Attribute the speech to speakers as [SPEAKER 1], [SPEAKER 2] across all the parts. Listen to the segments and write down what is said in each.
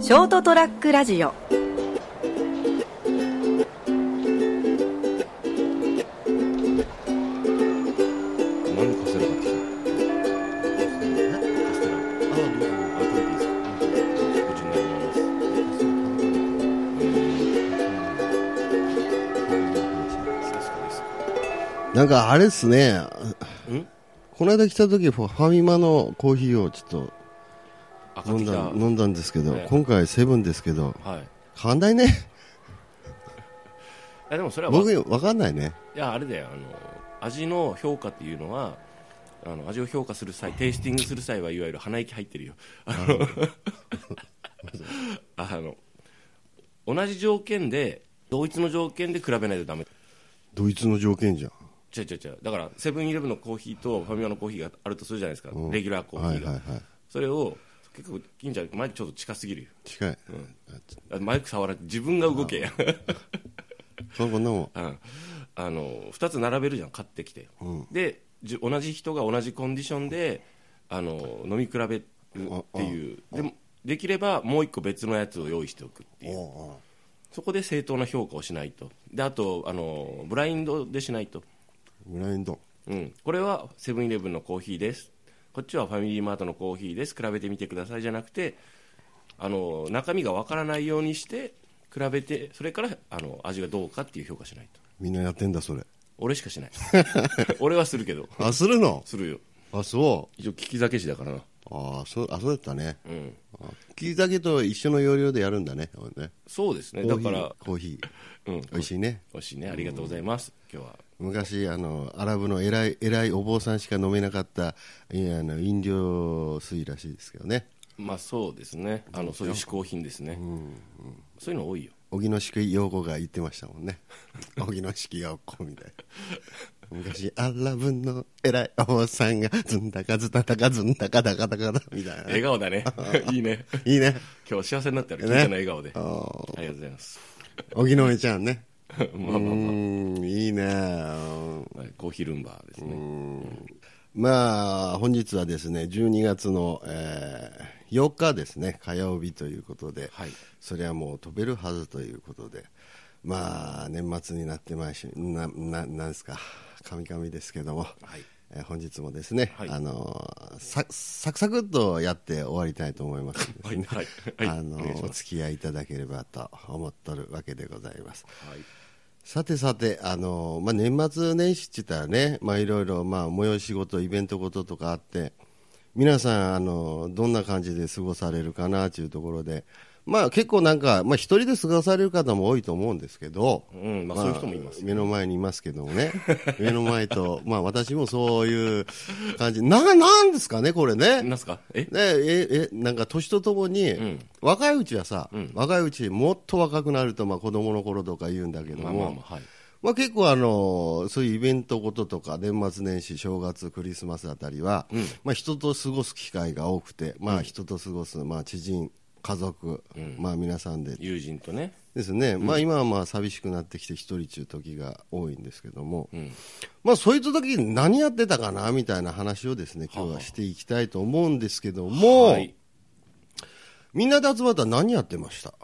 [SPEAKER 1] ショートトラックラジオ
[SPEAKER 2] 何カステラ買ってきたカステラあこれでいいですかご注文願います
[SPEAKER 3] なんかあれっすね。この間来た時ファミマのコーヒーをちょっ
[SPEAKER 2] あ買
[SPEAKER 3] と
[SPEAKER 2] って
[SPEAKER 3] 飲
[SPEAKER 2] き
[SPEAKER 3] ん
[SPEAKER 2] た
[SPEAKER 3] だ飲んだんですけど、
[SPEAKER 2] ええ
[SPEAKER 3] 今回セブンですけど、
[SPEAKER 2] はい
[SPEAKER 3] 変わんないね。
[SPEAKER 2] えでもそれはわ
[SPEAKER 3] 僕わかんないね。
[SPEAKER 2] いやあれだよあの味の評価っていうのはあの味を評価する際テイスティングする際はいわゆる鼻息入ってるよあのあの同じ条件で同一の条件で比べないとダメ
[SPEAKER 3] ドイツの条件じゃん。
[SPEAKER 2] 違う違う違うだからセブンイレブンのコーヒーとファミマのコーヒーがあるとするじゃないですか、レギュラーコーヒーが、
[SPEAKER 3] はいはいはい。
[SPEAKER 2] それを結構金ちゃんマイクちょっと近すぎるよ
[SPEAKER 3] 近い。
[SPEAKER 2] あマイク触らない自分が動けや、
[SPEAKER 3] そんなも ん。
[SPEAKER 2] うんあの2つ並べるじゃん買ってきて、でじ同じ人が同じコンディションであの飲み比べるっていうでもできればもう1個別のやつを用意しておくっていう
[SPEAKER 3] おうおう
[SPEAKER 2] そこで正当な評価をしないとであとあのブラインドでしないと
[SPEAKER 3] ブラインド。
[SPEAKER 2] うん、これはセブンイレブンのコーヒーですこっちはファミリーマートのコーヒーです比べてみてくださいじゃなくてあの中身がわからないようにして比べてそれからあの味がどうかっていう評価しないと
[SPEAKER 3] みんなやってんだ、それ。
[SPEAKER 2] 俺しかしない俺はするけど
[SPEAKER 3] あ、するの
[SPEAKER 2] するよ
[SPEAKER 3] あ、そ
[SPEAKER 2] 一応聞き酒師だからな
[SPEAKER 3] う。あ、そう、あ、そうだったね。
[SPEAKER 2] うん
[SPEAKER 3] あ聞いたけど一緒の要領でやるんだね。ほんでね
[SPEAKER 2] そうですね
[SPEAKER 3] コー
[SPEAKER 2] だ
[SPEAKER 3] ヒー
[SPEAKER 2] から
[SPEAKER 3] コーヒ
[SPEAKER 2] うん
[SPEAKER 3] ー。美味しいね。
[SPEAKER 2] おいしいねありがとうございます今日は
[SPEAKER 3] 昔あのアラブの偉い偉いお坊さんしか飲めなかったいやあの飲料水らしいですけどね
[SPEAKER 2] まあそうですねあのそういう嗜好品ですね、そういうの多いよ
[SPEAKER 3] 荻野式陽子が言ってましたも んね荻野式陽子みたいな昔アラブの偉いお坊さんがずんだかずたたかずんだかだかだかだみたいな
[SPEAKER 2] 笑顔だ ねいいね
[SPEAKER 3] いいね
[SPEAKER 2] 今日幸せになったよ、
[SPEAKER 3] ね
[SPEAKER 2] 金ちゃんの笑顔で
[SPEAKER 3] あ
[SPEAKER 2] あ
[SPEAKER 3] ー
[SPEAKER 2] りがとうございます
[SPEAKER 3] 荻野目ちゃんね
[SPEAKER 2] まあ
[SPEAKER 3] う
[SPEAKER 2] まあま
[SPEAKER 3] ーんいいねうん
[SPEAKER 2] あ、はいコーヒールンバーですね。
[SPEAKER 3] まあ本日はですね12月の、えー8日ですね火曜日ということで、
[SPEAKER 2] はい
[SPEAKER 3] それはもう飛べるはずということでまあ年末になってまいしなななんですか神々ですけども、
[SPEAKER 2] はい
[SPEAKER 3] えー本日もですね、
[SPEAKER 2] はい
[SPEAKER 3] あのーさサクサクっとやって終わりたいと思いますので
[SPEAKER 2] はい、はい、はい、
[SPEAKER 3] あの
[SPEAKER 2] お願いし
[SPEAKER 3] ーお
[SPEAKER 2] ます。
[SPEAKER 3] 付き合いいただければと思っとるわけでございます。
[SPEAKER 2] はい、
[SPEAKER 3] さてさて、あのまあ、年末年始って言ったらね、まあ、いろいろ、まあ、催し事、イベント事とかあって、皆さん、あのどんな感じで過ごされるかなというところで、まあ、結構なんか、まあ、一人で過ごされる方も多いと思うんですけど、
[SPEAKER 2] うんまあそういう人もいます
[SPEAKER 3] 目の前にいますけどもね、 目の前と、まあ、私もそういう感じ、ななんですかね、これね。
[SPEAKER 2] なんすか、え、
[SPEAKER 3] ねええなんか年とともに、
[SPEAKER 2] ん
[SPEAKER 3] 若いうちはさ、若いうちもっと若くなると、まあ、子供の頃とか言うんだけども、
[SPEAKER 2] まあまあまあ、はい。
[SPEAKER 3] まあ、結構、あのそういうイベントごととか年末年始、正月、クリスマスあたりは、まあ、人と過ごす機会が多くて、まあ、人と過ごす、まあ、知人、家族、まあ、皆さんで
[SPEAKER 2] 友人とね、
[SPEAKER 3] ですね、まあ、今はまあ寂しくなってきて一人ちゅう時が多いんですけども、
[SPEAKER 2] ん
[SPEAKER 3] まあ、そういった時に何やってたかなみたいな話をですね今日はしていきたいと思うんですけども、
[SPEAKER 2] はい。
[SPEAKER 3] みんなで集まったら何やってました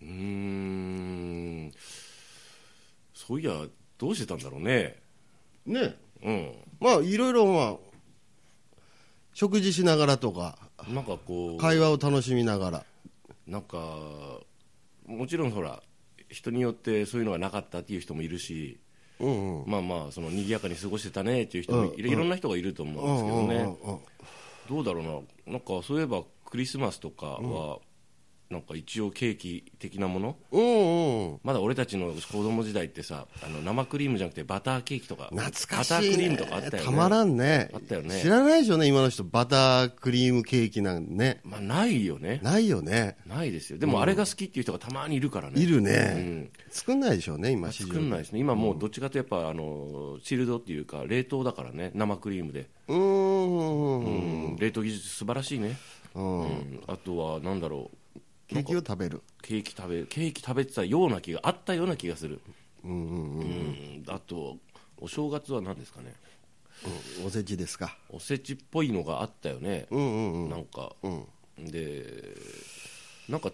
[SPEAKER 2] うーん。そういや、どうしてたんだろうね。
[SPEAKER 3] ね
[SPEAKER 2] うん、
[SPEAKER 3] まあいろいろまあ食事しながらとか
[SPEAKER 2] なんかこ
[SPEAKER 3] 会話を楽しみながら
[SPEAKER 2] う、なんか。もちろん、ほら、人によって、そういうのがなかったっていう人もいるし。
[SPEAKER 3] うんうん
[SPEAKER 2] まあまあ、その賑やかに過ごしてたねっていう人もい、
[SPEAKER 3] うん
[SPEAKER 2] いろんな人がいると思うんですけどね。
[SPEAKER 3] うんうんうん
[SPEAKER 2] どうだろうな、なんかそういえばクリスマスとかは、なんか一応ケーキ的なもの、
[SPEAKER 3] うんうん
[SPEAKER 2] まだ俺たちの子供時代ってさ、あの生クリームじゃなくてバターケーキとか、
[SPEAKER 3] 懐かしい、ね、
[SPEAKER 2] バタークリームとかあったよね、
[SPEAKER 3] たまらんね
[SPEAKER 2] あったよね
[SPEAKER 3] 知らないでしょうね今の人バタークリームケーキなんてね
[SPEAKER 2] まあ、ないよね、
[SPEAKER 3] ないよね
[SPEAKER 2] ないですよ、でもあれが好きっていう人がたまにいるからね、
[SPEAKER 3] いる
[SPEAKER 2] う
[SPEAKER 3] ね、
[SPEAKER 2] ん、
[SPEAKER 3] 作んないでしょうね今市場
[SPEAKER 2] 作んないですね、今もうどっちかというとやっぱあの、チルドっていうか、冷凍だからね、生クリームで、
[SPEAKER 3] うーん
[SPEAKER 2] うん、冷凍技術、素晴らしいね、
[SPEAKER 3] うん、
[SPEAKER 2] うん、あとはなんだろう、
[SPEAKER 3] ケーキを食べる
[SPEAKER 2] ケーキ食べケーキ食べてたような気が、あったような気がする。
[SPEAKER 3] うんうんうん
[SPEAKER 2] うんあとお正月は何ですかね
[SPEAKER 3] おせちですか
[SPEAKER 2] おせちっぽいのがあったよね、
[SPEAKER 3] うんうんうん
[SPEAKER 2] なんか、
[SPEAKER 3] うん
[SPEAKER 2] でなんか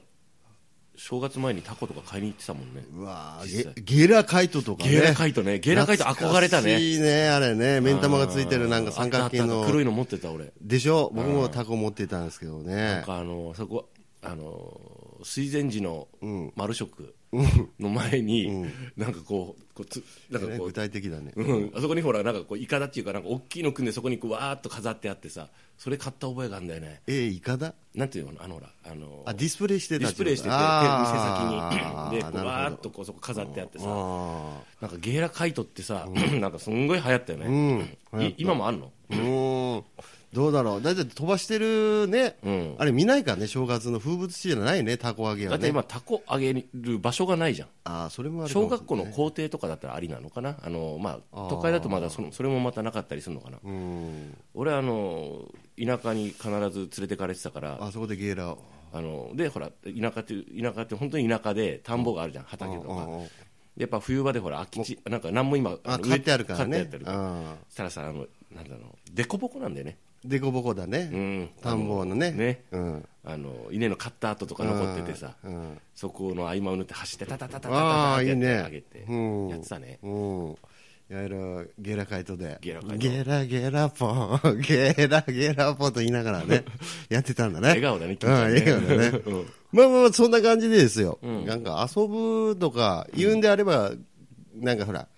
[SPEAKER 2] 正月前にタコとか買いに行ってたもんね
[SPEAKER 3] うわー
[SPEAKER 2] 実際
[SPEAKER 3] ゲゲラカイトとかね
[SPEAKER 2] ゲラカイトねゲラカイト憧れた
[SPEAKER 3] 懐か
[SPEAKER 2] ね
[SPEAKER 3] しいねあれね目ん玉がついてるなんか三角形
[SPEAKER 2] あったあっ
[SPEAKER 3] の
[SPEAKER 2] た黒いの持ってた俺
[SPEAKER 3] でしょ僕もタコ持ってたんですけどね
[SPEAKER 2] なんかあのそこあの水前寺の丸食の前に、なんかこうこうつなんか
[SPEAKER 3] ね
[SPEAKER 2] こう
[SPEAKER 3] 具体的だね
[SPEAKER 2] うん、あそこにほらなんかこうイカだっていうかなんか大きいの組んでそこにこうわーっと飾ってあってさそれ買った覚えがあるんだよね
[SPEAKER 3] えーイカだ
[SPEAKER 2] なんていうのあのほらあの
[SPEAKER 3] あディスプレイして
[SPEAKER 2] デ
[SPEAKER 3] た
[SPEAKER 2] ィスプレイしてて
[SPEAKER 3] あ
[SPEAKER 2] 店
[SPEAKER 3] ー
[SPEAKER 2] 先に でこうわ
[SPEAKER 3] な
[SPEAKER 2] ー
[SPEAKER 3] る
[SPEAKER 2] っとこうそこ飾ってあって
[SPEAKER 3] ほ
[SPEAKER 2] さな
[SPEAKER 3] ど
[SPEAKER 2] んかゲーラカイトってさ、 なんかすんごい流行ったよね、
[SPEAKER 3] うん
[SPEAKER 2] い今もあんの
[SPEAKER 3] あーうんどうだろうだって飛ばしてるね、
[SPEAKER 2] うん
[SPEAKER 3] あれ見ないからね正月の風物詩じゃないねたこ揚げ
[SPEAKER 2] だ
[SPEAKER 3] は
[SPEAKER 2] って
[SPEAKER 3] ね
[SPEAKER 2] 今タコあげる場所がないじゃん
[SPEAKER 3] あーそれもあるか
[SPEAKER 2] 小
[SPEAKER 3] もしれない
[SPEAKER 2] 学校の校庭とかだったらありなのかなあの、まあ、都会だとまだそのそれもまたなかったりするのかな
[SPEAKER 3] うん
[SPEAKER 2] 俺あの田舎に必ず連れてかれてたから
[SPEAKER 3] あそこでゲーラを
[SPEAKER 2] あのでほら田舎って田舎って本当に田舎で田んぼがあるじゃん畑と
[SPEAKER 3] うん
[SPEAKER 2] か
[SPEAKER 3] うんうん
[SPEAKER 2] やっぱ冬場でほら空き地なんか何も今
[SPEAKER 3] あ
[SPEAKER 2] の
[SPEAKER 3] 買ってあるから
[SPEAKER 2] 買っ
[SPEAKER 3] ね
[SPEAKER 2] てやってるから
[SPEAKER 3] あ
[SPEAKER 2] そしたらさあのなんだろうでこぼこなんだよね
[SPEAKER 3] でこぼこだ
[SPEAKER 2] う
[SPEAKER 3] ね、
[SPEAKER 2] ん
[SPEAKER 3] 田んぼのね
[SPEAKER 2] ね
[SPEAKER 3] うん、
[SPEAKER 2] あの稲の刈った跡とか残っててさ
[SPEAKER 3] うん
[SPEAKER 2] そこの合間を縫って走ってタタタタタタ
[SPEAKER 3] あ
[SPEAKER 2] タ
[SPEAKER 3] あ
[SPEAKER 2] って
[SPEAKER 3] い
[SPEAKER 2] や
[SPEAKER 3] い
[SPEAKER 2] って
[SPEAKER 3] ね
[SPEAKER 2] あげて
[SPEAKER 3] うん
[SPEAKER 2] やってたね
[SPEAKER 3] うんいわゆるゲラカイトで
[SPEAKER 2] ゲラカイト
[SPEAKER 3] ゲラゲラポンゲラゲラポンと言いながら ねやってたんだね
[SPEAKER 2] 笑顔だね
[SPEAKER 3] うん笑
[SPEAKER 2] 金ちゃ
[SPEAKER 3] 顔
[SPEAKER 2] んね
[SPEAKER 3] だねまあまあまあそんな感じでですよ、なんか遊ぶとか言うんであれば、なんかほら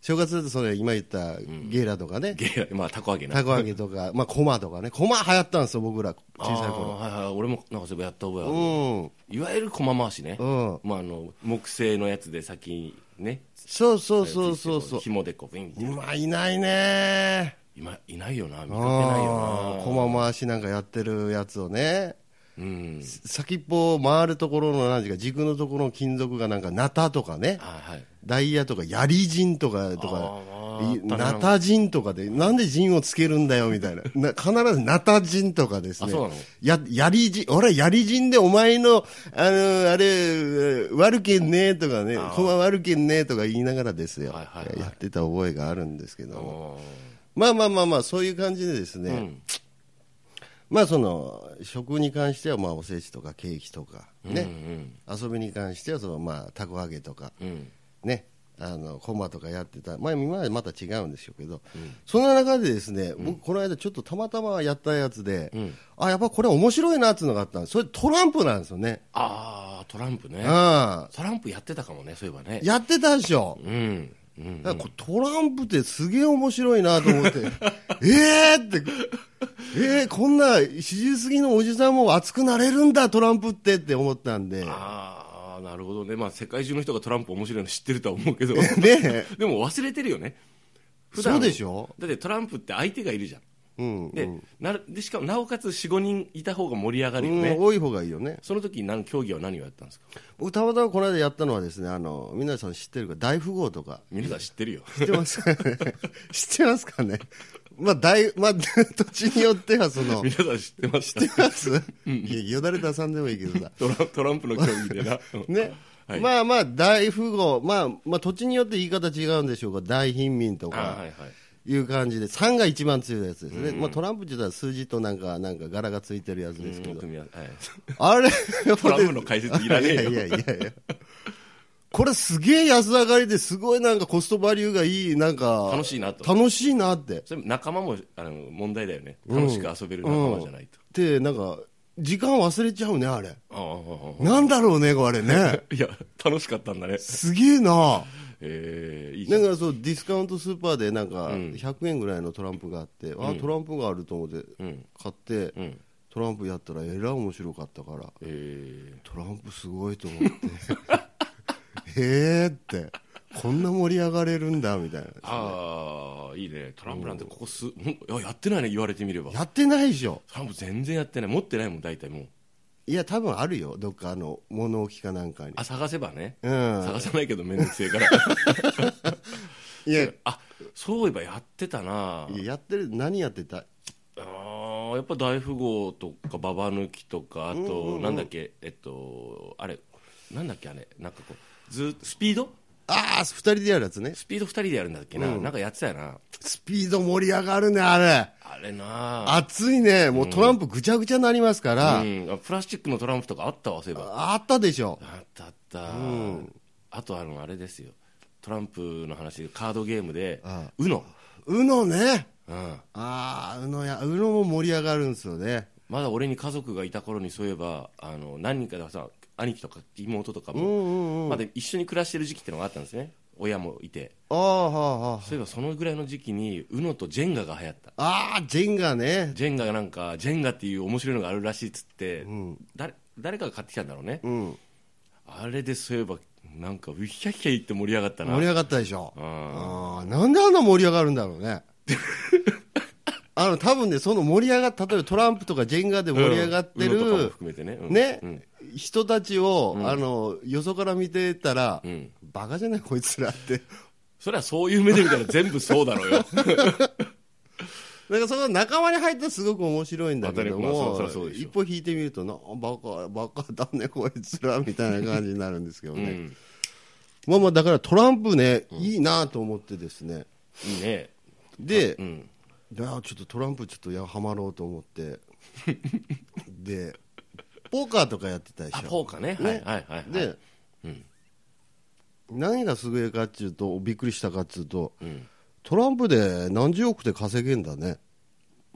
[SPEAKER 3] 正月だとそれ今言ったゲラとかね、
[SPEAKER 2] ゲまあたこ揚げな
[SPEAKER 3] たこ揚げとか、まあ、コマとかねコマ流行ったんですよ僕ら小さい頃
[SPEAKER 2] あーはいはい俺もなんかそういえばやった覚えあ
[SPEAKER 3] う
[SPEAKER 2] る
[SPEAKER 3] ん
[SPEAKER 2] いわゆる駒回しね
[SPEAKER 3] うん
[SPEAKER 2] まああの木製のやつで先にね
[SPEAKER 3] そうそうそうそうそう
[SPEAKER 2] 紐でこうビンって
[SPEAKER 3] 今いないね
[SPEAKER 2] 今いないよな見かけないよ
[SPEAKER 3] ああ駒回しなんかやってるやつをね
[SPEAKER 2] なうん
[SPEAKER 3] 先っぽを回るところの何時か軸のところの金属がなんかナタとかね
[SPEAKER 2] はいはい
[SPEAKER 3] ダイヤとか槍陣とかと
[SPEAKER 2] あ
[SPEAKER 3] か
[SPEAKER 2] ー
[SPEAKER 3] い
[SPEAKER 2] あったな
[SPEAKER 3] ナタ陣とかでなんで陣をつけるんだよみた いなな必ずナタ陣とかです
[SPEAKER 2] あ
[SPEAKER 3] ね
[SPEAKER 2] そうなの
[SPEAKER 3] や槍陣俺は槍陣でお前のあのあれ悪けんねえとかね駒悪けんねえとか言いながらですよ、
[SPEAKER 2] はいはいはい
[SPEAKER 3] やってた覚えがあるんですけども
[SPEAKER 2] おー
[SPEAKER 3] まあまあまあまあ、そういう感じでですね、
[SPEAKER 2] うん
[SPEAKER 3] まあその、食に関しては、まあおせちとかケーキとか、
[SPEAKER 2] う
[SPEAKER 3] ね、
[SPEAKER 2] ん
[SPEAKER 3] 遊びに関しては、そのまあ、たこ揚げとか、
[SPEAKER 2] うんうん
[SPEAKER 3] ね、あの、コマとかやってた、まあ今はまた違うんでしょうけど、そんな中でですね、僕この間ちょっとたまたまやったやつで、あ、やっぱこれ面白いなっていうのがあったんです。それトランプなんですよね。
[SPEAKER 2] ああトランプね
[SPEAKER 3] ああ
[SPEAKER 2] トランプやってたかもねそういえばね
[SPEAKER 3] やってたでしょ。
[SPEAKER 2] うんうん
[SPEAKER 3] だからこれトランプってすげえ面白いなと思って、 えーって、えー、こんな40過ぎのおじさんも熱くなれるんだ、トランプってって思ったんで、ね
[SPEAKER 2] ああなるほどねまあ世界中の人がトランプ面白いの知ってるとは思うけど
[SPEAKER 3] え、
[SPEAKER 2] でも忘れてるよね
[SPEAKER 3] そうでしょ
[SPEAKER 2] だってトランプって相手がいるじゃん
[SPEAKER 3] うん、
[SPEAKER 2] で,、なるでしかもなおかつ45人いた方が盛り上がるよ
[SPEAKER 3] う
[SPEAKER 2] ね、
[SPEAKER 3] ん、多い方がいいよね。
[SPEAKER 2] その時に何競技は何をやったんですか
[SPEAKER 3] 僕、たまたまこの間やったのはですね、あの、皆さん知ってるか、大富豪とか、
[SPEAKER 2] 皆さん知ってる よ
[SPEAKER 3] 知ってますかね知ってますかねまあ、大、まあ、 土地によってはその、知っ
[SPEAKER 2] 皆さん知ってました
[SPEAKER 3] てますいやよだれ出さんでもいいけどさ。
[SPEAKER 2] トラントランプの競技でなうん
[SPEAKER 3] ね、
[SPEAKER 2] はい
[SPEAKER 3] まあまあ大富豪、まあ、まあ土地によって言い方違うんでしょうが大貧民と
[SPEAKER 2] あはい
[SPEAKER 3] か
[SPEAKER 2] はい
[SPEAKER 3] いう感じで3が一番強いやつですね、まあ、トランプ自体は数字となんかなんか柄がついてるやつですけど、
[SPEAKER 2] 組み合わせはい
[SPEAKER 3] あれ
[SPEAKER 2] トランプの解説いらねえよ
[SPEAKER 3] いやいやいやいやこれすげえ安上がりですごいなんかコストバリューがいいなんか
[SPEAKER 2] 楽しいなと
[SPEAKER 3] 楽しいなって
[SPEAKER 2] それ仲間もあの問題だよね楽しく遊べる仲間じゃないと、
[SPEAKER 3] でなんか時間忘れちゃうねあれ
[SPEAKER 2] あああああ
[SPEAKER 3] なんだろうねこ れね
[SPEAKER 2] あいや楽しかったんだね
[SPEAKER 3] すげえな
[SPEAKER 2] えー、いいじゃ
[SPEAKER 3] なんんかそうディスカウントスーパーでなんか100円ぐらいのトランプがあって、あトランプがあると思って買って、
[SPEAKER 2] ん
[SPEAKER 3] トランプやったらえらい面白かったから
[SPEAKER 2] えー、
[SPEAKER 3] トランプすごいと思ってへ えってこんな盛り上がれるんだみたいな
[SPEAKER 2] ああいいねトランプなんてここす、ほん、いややってないね言われてみれば
[SPEAKER 3] やってないでしょ
[SPEAKER 2] トランプ全然やってない持ってないもん大体もう
[SPEAKER 3] いや多分あるよどっかあの物置かなんかに
[SPEAKER 2] あ探せばね、
[SPEAKER 3] うん
[SPEAKER 2] 探さないけど面倒くせえ から
[SPEAKER 3] いや
[SPEAKER 2] あそういえばやってたない
[SPEAKER 3] ややってる何やってた
[SPEAKER 2] あーやっぱ大富豪とかババ抜きとかあと、なんだっけえっとあれなんだっけあれなんかこうずーっとスピード
[SPEAKER 3] ああ、二人でやるやつね。
[SPEAKER 2] スピード2人でやるんだっけな、なんかやってたよな
[SPEAKER 3] スピード盛り上がるね、あれ。
[SPEAKER 2] あれなあ
[SPEAKER 3] 熱いね。もうトランプぐちゃぐちゃになりますから、
[SPEAKER 2] うん、あプラスチックのトランプとかあったわそういえば
[SPEAKER 3] あったでしょ。
[SPEAKER 2] あったあった、あとあのあれですよトランプの話でカードゲームで
[SPEAKER 3] あ
[SPEAKER 2] UNO、
[SPEAKER 3] うのね。
[SPEAKER 2] うん、
[SPEAKER 3] ああ、うのや、うのも盛り上がるんですよね。
[SPEAKER 2] まだ俺に家族がいた頃にそういえばあの何人かでさ兄貴とか妹とか
[SPEAKER 3] う
[SPEAKER 2] も、
[SPEAKER 3] んうんうん。
[SPEAKER 2] まだ一緒に暮らしてる時期ってのがあったんですね親もいて
[SPEAKER 3] ああ、はあ、は
[SPEAKER 2] そういえばそのぐらいの時期に UNO とジェンガが流行った
[SPEAKER 3] あ。ああ、ジェンガね。
[SPEAKER 2] ジェンガがなんかジェンガっていう面白いのがあるらしいっつって、誰誰かが買ってきたんだろうね、
[SPEAKER 3] うん。
[SPEAKER 2] あれでそういえばなんかウィヒャヒャ言って盛り上がったな
[SPEAKER 3] 盛り上がったでしょ。
[SPEAKER 2] うん
[SPEAKER 3] ああ、なんであんな盛り上がるんだろうね。 あの、多分ね、その盛り上がっ例えばトランプとかジェンガで盛り上がって
[SPEAKER 2] うん UNO とかも
[SPEAKER 3] る、
[SPEAKER 2] 含めてね、うん
[SPEAKER 3] ね、
[SPEAKER 2] うん
[SPEAKER 3] 人たちを、あの、よそから見てたら、
[SPEAKER 2] ん
[SPEAKER 3] バカじゃない、こいつらって。
[SPEAKER 2] それはそういう目で見たら全部そうだろうよ
[SPEAKER 3] だからその仲間に入ったらすごく面白いんだけど
[SPEAKER 2] まあ
[SPEAKER 3] も、
[SPEAKER 2] そりゃそうでしょ
[SPEAKER 3] 一歩引いてみるとな、バカ、バカだね、こいつら、みたいな感じになるんですけどね。
[SPEAKER 2] ん
[SPEAKER 3] まあまあ、だからトランプね、いいなと思ってですね。
[SPEAKER 2] いいね
[SPEAKER 3] で、
[SPEAKER 2] うん
[SPEAKER 3] いやちょっとトランプちょっとやはまろうと思って でポーカーとかやってたでし
[SPEAKER 2] あ
[SPEAKER 3] ょ
[SPEAKER 2] ポーカーねはいはいはいはい
[SPEAKER 3] で、何がすごいかっちゅうとびっくりしたかっちゅうと、
[SPEAKER 2] ん
[SPEAKER 3] トランプで何十億で稼げんだね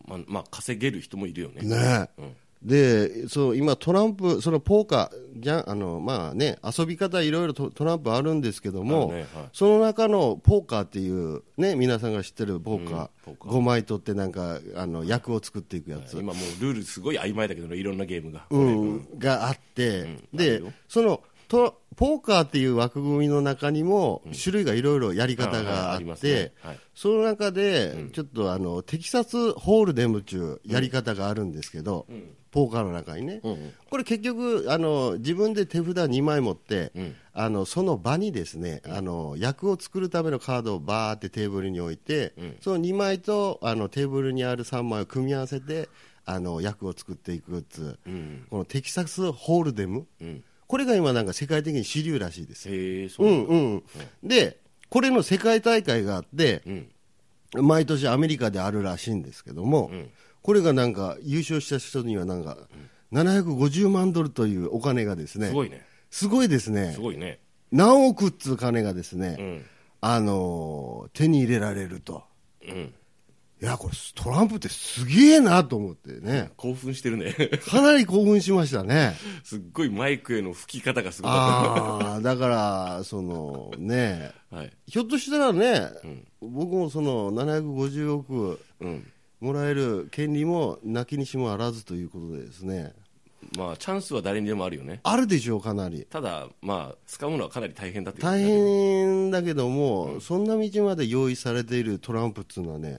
[SPEAKER 2] まあ、まあ、稼げる人もいるよね
[SPEAKER 3] ねえ、
[SPEAKER 2] うん
[SPEAKER 3] でそう今トランプそのポーカーじゃあのまあね遊び方いろいろとトランプあるんですけども、
[SPEAKER 2] あるねはい
[SPEAKER 3] その中のポーカーっていうね皆さんが知ってるポーカ
[SPEAKER 2] う
[SPEAKER 3] ー,、
[SPEAKER 2] んポーカー
[SPEAKER 3] 5枚取ってなんかあの役を作っていくやつ、
[SPEAKER 2] 今もうルールすごい曖昧だけどねいろんなゲームが、
[SPEAKER 3] うん、があって、
[SPEAKER 2] あ
[SPEAKER 3] で
[SPEAKER 2] るよ
[SPEAKER 3] そのとポーカーっていう枠組みの中にも種類がいろいろやり方があ
[SPEAKER 2] うんはいはいあり
[SPEAKER 3] っ
[SPEAKER 2] ます
[SPEAKER 3] て
[SPEAKER 2] ねはい
[SPEAKER 3] その中でちょっとあのテキサスホールデム中やり方があるんですけど、ポーカーの中にね、
[SPEAKER 2] うんうん
[SPEAKER 3] これ結局あの自分で手札2枚持って、
[SPEAKER 2] うん
[SPEAKER 3] あのその場にですね、あの役を作るためのカードをバーってテーブルに置いて、その2枚とあのテーブルにある3枚を組み合わせてあの役を作っていくっつう、このテキサスホールデム、
[SPEAKER 2] ん
[SPEAKER 3] これが今なんか世界的に主流らしいですよ、
[SPEAKER 2] へえそうう、
[SPEAKER 3] んうん、でこれの世界大会があって、
[SPEAKER 2] ん
[SPEAKER 3] 毎年アメリカであるらしいんですけども、これがなんか優勝した人にはなんか、750万ドルというお金がですね
[SPEAKER 2] すごいね
[SPEAKER 3] すごいですね
[SPEAKER 2] すごいね
[SPEAKER 3] 何億っつう金がですね、
[SPEAKER 2] うん
[SPEAKER 3] あのー手に入れられると
[SPEAKER 2] うん
[SPEAKER 3] いやこれトランプってすげえなと思ってね
[SPEAKER 2] 興奮してるね
[SPEAKER 3] かなり興奮しましたね
[SPEAKER 2] すっごいマイクへの吹き方がすごか
[SPEAKER 3] ああだからそのね
[SPEAKER 2] ったはい
[SPEAKER 3] ひょっとしたらね、僕もその750億
[SPEAKER 2] うん
[SPEAKER 3] もらえる権利もなきにしもあらずということでですね
[SPEAKER 2] まあチャンスは誰にでもあるよね
[SPEAKER 3] あるでしょうかなり
[SPEAKER 2] ただまあ使うのはかなり大変だって
[SPEAKER 3] 大変だけども、そんな道まで用意されているトランプっていうのはね、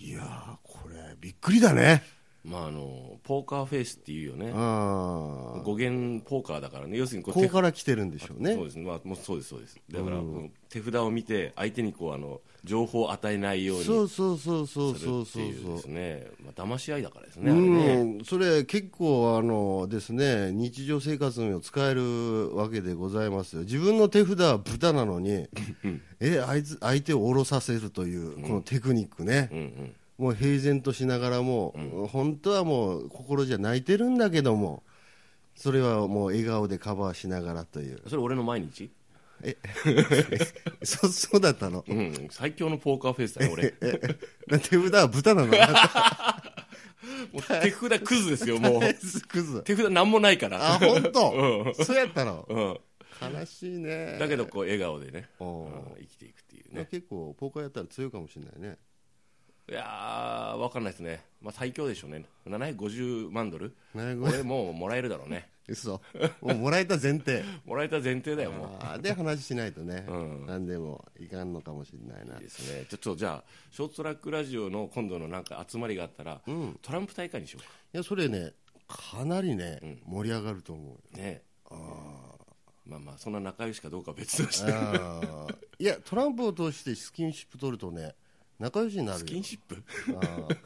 [SPEAKER 3] いやーこれびっくりだね
[SPEAKER 2] まああのポーカーフェイスっていうよね
[SPEAKER 3] あ
[SPEAKER 2] 語源ポーカーだからね要するにこ
[SPEAKER 3] あ
[SPEAKER 2] う
[SPEAKER 3] こ
[SPEAKER 2] 手
[SPEAKER 3] こから来てるんでしょうね
[SPEAKER 2] そうですね、まあ、もうそうですそうですだから、もう手札を見て相手にこうあの情報を与えないようにす
[SPEAKER 3] そ
[SPEAKER 2] る
[SPEAKER 3] うそうそうそう
[SPEAKER 2] ってい
[SPEAKER 3] そううそうそう
[SPEAKER 2] ですねまあ騙し合いだからですね,、あれね
[SPEAKER 3] うん、それ結構あのですね日常生活にも使えるわけでございますよ自分の手札は豚なの にえあいつ相手を下ろさせるというこのテクニックね、
[SPEAKER 2] うんうん
[SPEAKER 3] もう平然としながらも、本当はもう心じゃ泣いてるんだけどもそれはもう笑顔でカバーしながらと いう
[SPEAKER 2] それ俺の毎日
[SPEAKER 3] そそうだったの
[SPEAKER 2] うん最強のポーカーフェイスだね俺
[SPEAKER 3] 手札は豚なの
[SPEAKER 2] もう手札クズですよもう
[SPEAKER 3] クズ
[SPEAKER 2] 手札なんもないから
[SPEAKER 3] あ本当、そうやったの
[SPEAKER 2] うん、
[SPEAKER 3] 悲しいね
[SPEAKER 2] だけどこう笑顔でね、
[SPEAKER 3] おー
[SPEAKER 2] うん生きていくっていう
[SPEAKER 3] まあ
[SPEAKER 2] ね
[SPEAKER 3] 結構ポーカーやったら強いかもしれないね
[SPEAKER 2] いやー分かんないですね、まあ、最強でしょうね750万ドル
[SPEAKER 3] 750
[SPEAKER 2] 俺もうもらえるだろうね
[SPEAKER 3] 嘘もうもらえた前提
[SPEAKER 2] もらえた前提だよもう
[SPEAKER 3] あーで話しないと ね、
[SPEAKER 2] うん
[SPEAKER 3] 何でもいかんのかもしれないない
[SPEAKER 2] いですね、ちょっとじゃあ、ショートトラックラジオの今度のなんか集まりがあったら、トランプ大会にしよう
[SPEAKER 3] いやそれねかなりね、盛り上がると思うよ
[SPEAKER 2] か、ねまあまあ、そんな仲良しかどうかは別として、
[SPEAKER 3] あーいやトランプを通してスキンシップ取るとね仲良しにな
[SPEAKER 2] ス
[SPEAKER 3] る
[SPEAKER 2] キ
[SPEAKER 3] よ
[SPEAKER 2] ンシップ、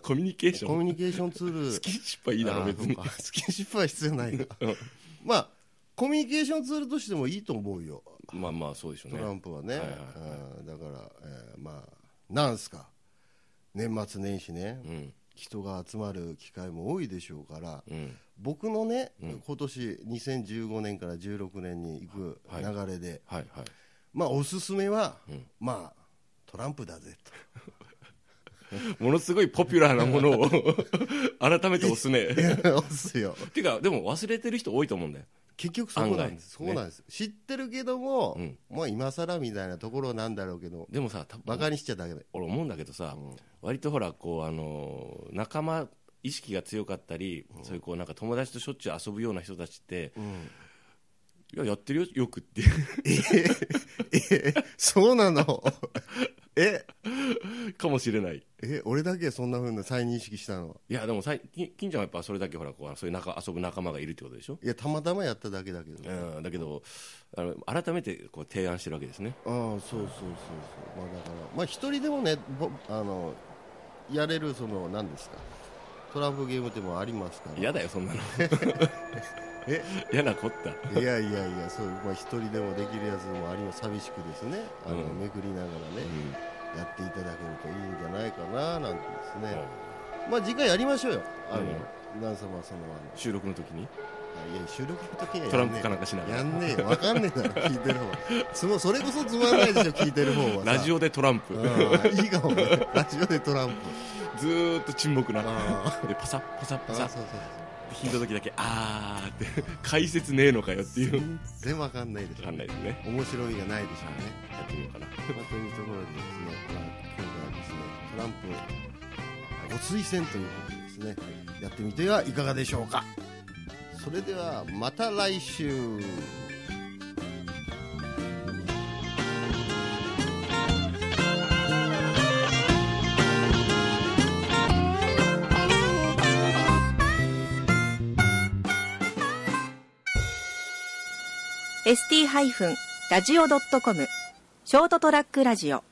[SPEAKER 2] コミュニケーショ
[SPEAKER 3] コ
[SPEAKER 2] ン、
[SPEAKER 3] ミュニケーションツール
[SPEAKER 2] スキンシップはいいだろ、別に
[SPEAKER 3] あーそうかスキンシップは必要ないなまあコミュニケーションツールとしてもいいと思うよ、
[SPEAKER 2] まあまあそうでしょう
[SPEAKER 3] トラン
[SPEAKER 2] ね
[SPEAKER 3] プはね、
[SPEAKER 2] はいは
[SPEAKER 3] うんだから、えーまあ、なんすか、年末年始ね、
[SPEAKER 2] うん
[SPEAKER 3] 人が集まる機会も多いでしょうから、
[SPEAKER 2] うん
[SPEAKER 3] 僕のね、今年2015年から16年に行く
[SPEAKER 2] はい
[SPEAKER 3] 流れで、
[SPEAKER 2] はいはい
[SPEAKER 3] まあ、おすすめは、まあ、トランプだぜと。
[SPEAKER 2] ものすごいポピュラーなもの を改めて押すね
[SPEAKER 3] いや押すよ
[SPEAKER 2] てかでも忘れてる人多いと思うんだよ
[SPEAKER 3] 結局そうなんです、
[SPEAKER 2] 案
[SPEAKER 3] そ
[SPEAKER 2] 外
[SPEAKER 3] うなんです知ってるけども、
[SPEAKER 2] うん
[SPEAKER 3] もう今更みたいなところなんだろうけど
[SPEAKER 2] でもさ多分
[SPEAKER 3] バカにしちゃダメ
[SPEAKER 2] 俺思うんだけどさ、割とほらこうあの仲間意識が強かったり、そういうこうなんか友達としょっちゅう遊ぶような人たちって、いややってるよよくって
[SPEAKER 3] えそうなの え
[SPEAKER 2] かもしれない
[SPEAKER 3] え俺だけそんなふうな再認識したの
[SPEAKER 2] いやでも最近金ちゃんはやっぱそれだけほらこうそういう仲遊ぶ仲間がいるってことでしょ、
[SPEAKER 3] いやたまたまやっただけだけどね
[SPEAKER 2] うん、だけどあの改めてこう提案してるわけですね
[SPEAKER 3] ああそうそうそうそうまあだからまあ一人でもねぼあのやれるその何ですかトランプゲームでもありますから
[SPEAKER 2] 嫌だよそんなの
[SPEAKER 3] え
[SPEAKER 2] 嫌なこった
[SPEAKER 3] いやいやいやそうまあ一人でもできるやつもあります寂しくですねあの、
[SPEAKER 2] うん
[SPEAKER 3] めくりながらね、やっていただけるといいんじゃないかななんてですね、まあ次回やりましょうよあの、なんさまそのあ
[SPEAKER 2] 収録の時に
[SPEAKER 3] のいや収録の時にはや
[SPEAKER 2] トランプ
[SPEAKER 3] ねえ
[SPEAKER 2] かなんかしながら
[SPEAKER 3] やんねえよわかんねえだろ聞いてる方はそのそれこそつまんないでしょ聞いてる方はさ
[SPEAKER 2] ラジ
[SPEAKER 3] オ
[SPEAKER 2] オでトランプ
[SPEAKER 3] いいかもねラジオでトランプ
[SPEAKER 2] ずーっと沈黙な
[SPEAKER 3] あ
[SPEAKER 2] でパサッパサッ
[SPEAKER 3] あ
[SPEAKER 2] パ
[SPEAKER 3] あ
[SPEAKER 2] サ
[SPEAKER 3] そう
[SPEAKER 2] ッ
[SPEAKER 3] そうそう
[SPEAKER 2] 引いた時だけあーって解説ねえのかよっていう
[SPEAKER 3] 全然わかんないでし
[SPEAKER 2] 分
[SPEAKER 3] ょ
[SPEAKER 2] かんないですね
[SPEAKER 3] 面白みがないでしょうね、
[SPEAKER 2] やってみようかな
[SPEAKER 3] まあ、というところでですね、まあ、今回はですねトランプご推薦ということでですね、やってみてはいかがでしょうかそれではまた来週
[SPEAKER 1] ST-radio.com ショートトラックラジオ